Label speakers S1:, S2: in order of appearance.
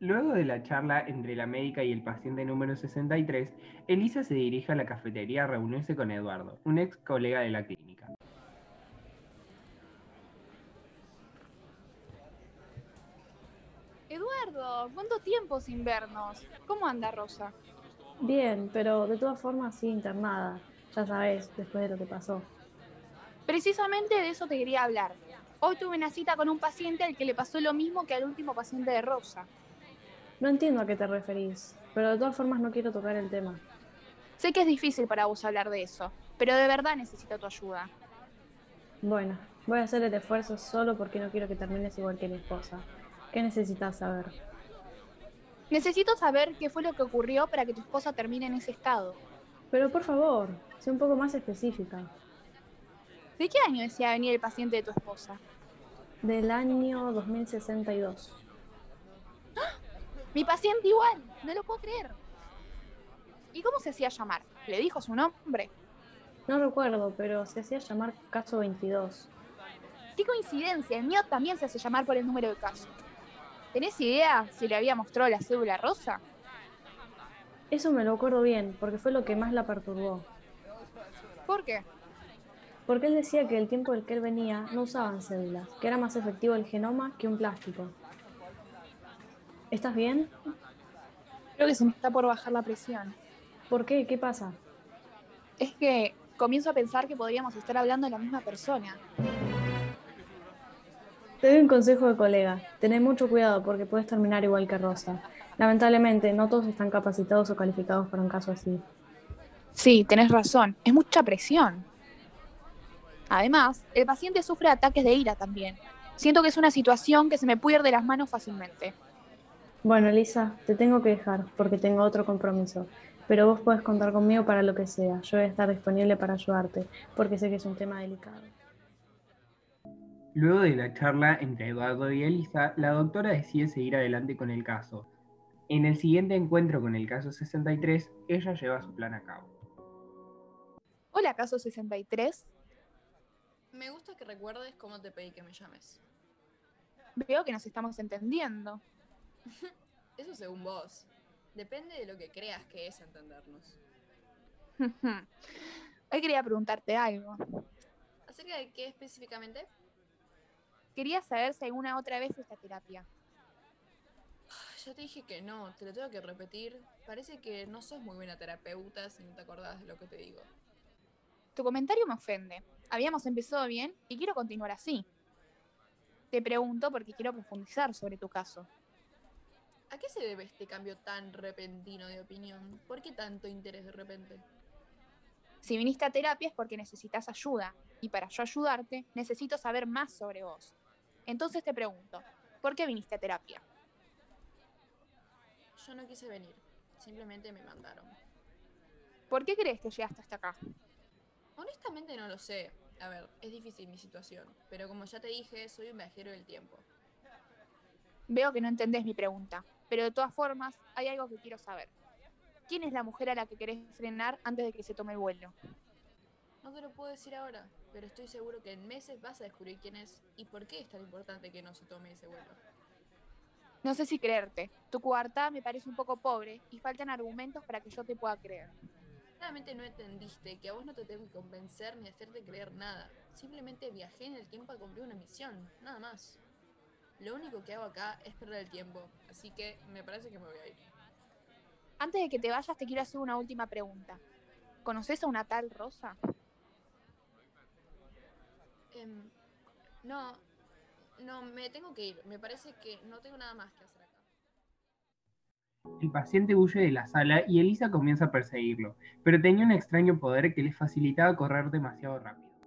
S1: Luego de la charla entre la médica y el paciente número 63, Elisa se dirige a la cafetería a reunirse con Eduardo, un ex colega de la clínica.
S2: Eduardo, ¿cuánto tiempo sin vernos? ¿Cómo anda Rosa?
S3: Bien, pero de todas formas sí internada. Ya sabes, después de lo que pasó.
S2: Precisamente de eso te quería hablar. Hoy tuve una cita con un paciente al que le pasó lo mismo que al último paciente de Rosa.
S3: No entiendo a qué te referís, pero de todas formas no quiero tocar el tema.
S2: Sé que es difícil para vos hablar de eso, pero de verdad necesito tu ayuda.
S3: Bueno, voy a hacer el esfuerzo solo porque no quiero que termines igual que mi esposa. ¿Qué necesitas saber?
S2: Necesito saber qué fue lo que ocurrió para que tu esposa termine en ese estado.
S3: Pero por favor, sé un poco más específica.
S2: ¿De qué año decía venir el paciente de tu esposa?
S3: Del año 2062.
S2: Mi paciente igual, no lo puedo creer. ¿Y cómo se hacía llamar? ¿Le dijo su nombre?
S3: No recuerdo, pero se hacía llamar caso 22.
S2: Qué coincidencia, el mío también se hace llamar por el número de caso. ¿Tenés idea si le había mostrado la cédula rosa?
S3: Eso me lo acuerdo bien, porque fue lo que más la perturbó.
S2: ¿Por qué?
S3: Porque él decía que el tiempo del que él venía no usaban células, que era más efectivo el genoma que un plástico. ¿Estás bien?
S2: Creo que se me está por bajar la presión.
S3: ¿Por qué? ¿Qué pasa?
S2: Es que comienzo a pensar que podríamos estar hablando de la misma persona.
S3: Te doy un consejo de colega. Tené mucho cuidado porque puedes terminar igual que Rosa. Lamentablemente, no todos están capacitados o calificados para un caso así.
S2: Sí, tenés razón. Es mucha presión. Además, el paciente sufre ataques de ira también. Siento que es una situación que se me puede ir de las manos fácilmente.
S3: Bueno, Elisa, te tengo que dejar porque tengo otro compromiso. Pero vos podés contar conmigo para lo que sea. Yo voy a estar disponible para ayudarte porque sé que es un tema delicado.
S1: Luego de la charla entre Eduardo y Elisa, la doctora decide seguir adelante con el caso. En el siguiente encuentro con el caso 63, ella lleva su plan a cabo.
S2: Hola, caso 63.
S4: Me gusta que recuerdes cómo te pedí que me llames.
S2: Veo que nos estamos entendiendo.
S4: Eso según vos. Depende de lo que creas que es entendernos.
S2: Hoy quería preguntarte algo.
S4: ¿Acerca de qué específicamente?
S2: Quería saber si alguna otra vez esta terapia.
S4: Ya te dije que no, te lo tengo que repetir. Parece que no sos muy buena terapeuta si no te acordás de lo que te digo.
S2: Tu comentario me ofende. Habíamos empezado bien y quiero continuar así. Te pregunto porque quiero profundizar sobre tu caso.
S4: ¿A qué se debe este cambio tan repentino de opinión? ¿Por qué tanto interés de repente?
S2: Si viniste a terapia es porque necesitas ayuda, y para yo ayudarte necesito saber más sobre vos. Entonces te pregunto, ¿por qué viniste a terapia?
S4: Yo no quise venir, simplemente me mandaron.
S2: ¿Por qué crees que llegaste hasta acá?
S4: Honestamente no lo sé. A ver, es difícil mi situación, pero como ya te dije, soy un viajero del tiempo.
S2: Veo que no entendés mi pregunta, pero de todas formas hay algo que quiero saber. ¿Quién es la mujer a la que querés frenar antes de que se tome el vuelo?
S4: No te lo puedo decir ahora, pero estoy seguro que en meses vas a descubrir quién es y por qué es tan importante que no se tome ese vuelo.
S2: No sé si creerte. Tu coartada me parece un poco pobre y faltan argumentos para que yo te pueda creer.
S4: Claramente no entendiste que a vos no te tengo que convencer ni hacerte creer nada. Simplemente viajé en el tiempo a cumplir una misión, nada más. Lo único que hago acá es perder el tiempo, así que me parece que me voy a ir.
S2: Antes de que te vayas, te quiero hacer una última pregunta. ¿Conoces a una tal Rosa?
S4: Em, no, no, me tengo que ir. Me parece que no tengo nada más que hacer acá.
S1: El paciente huye de la sala y Elisa comienza a perseguirlo, pero tenía un extraño poder que le facilitaba correr demasiado rápido.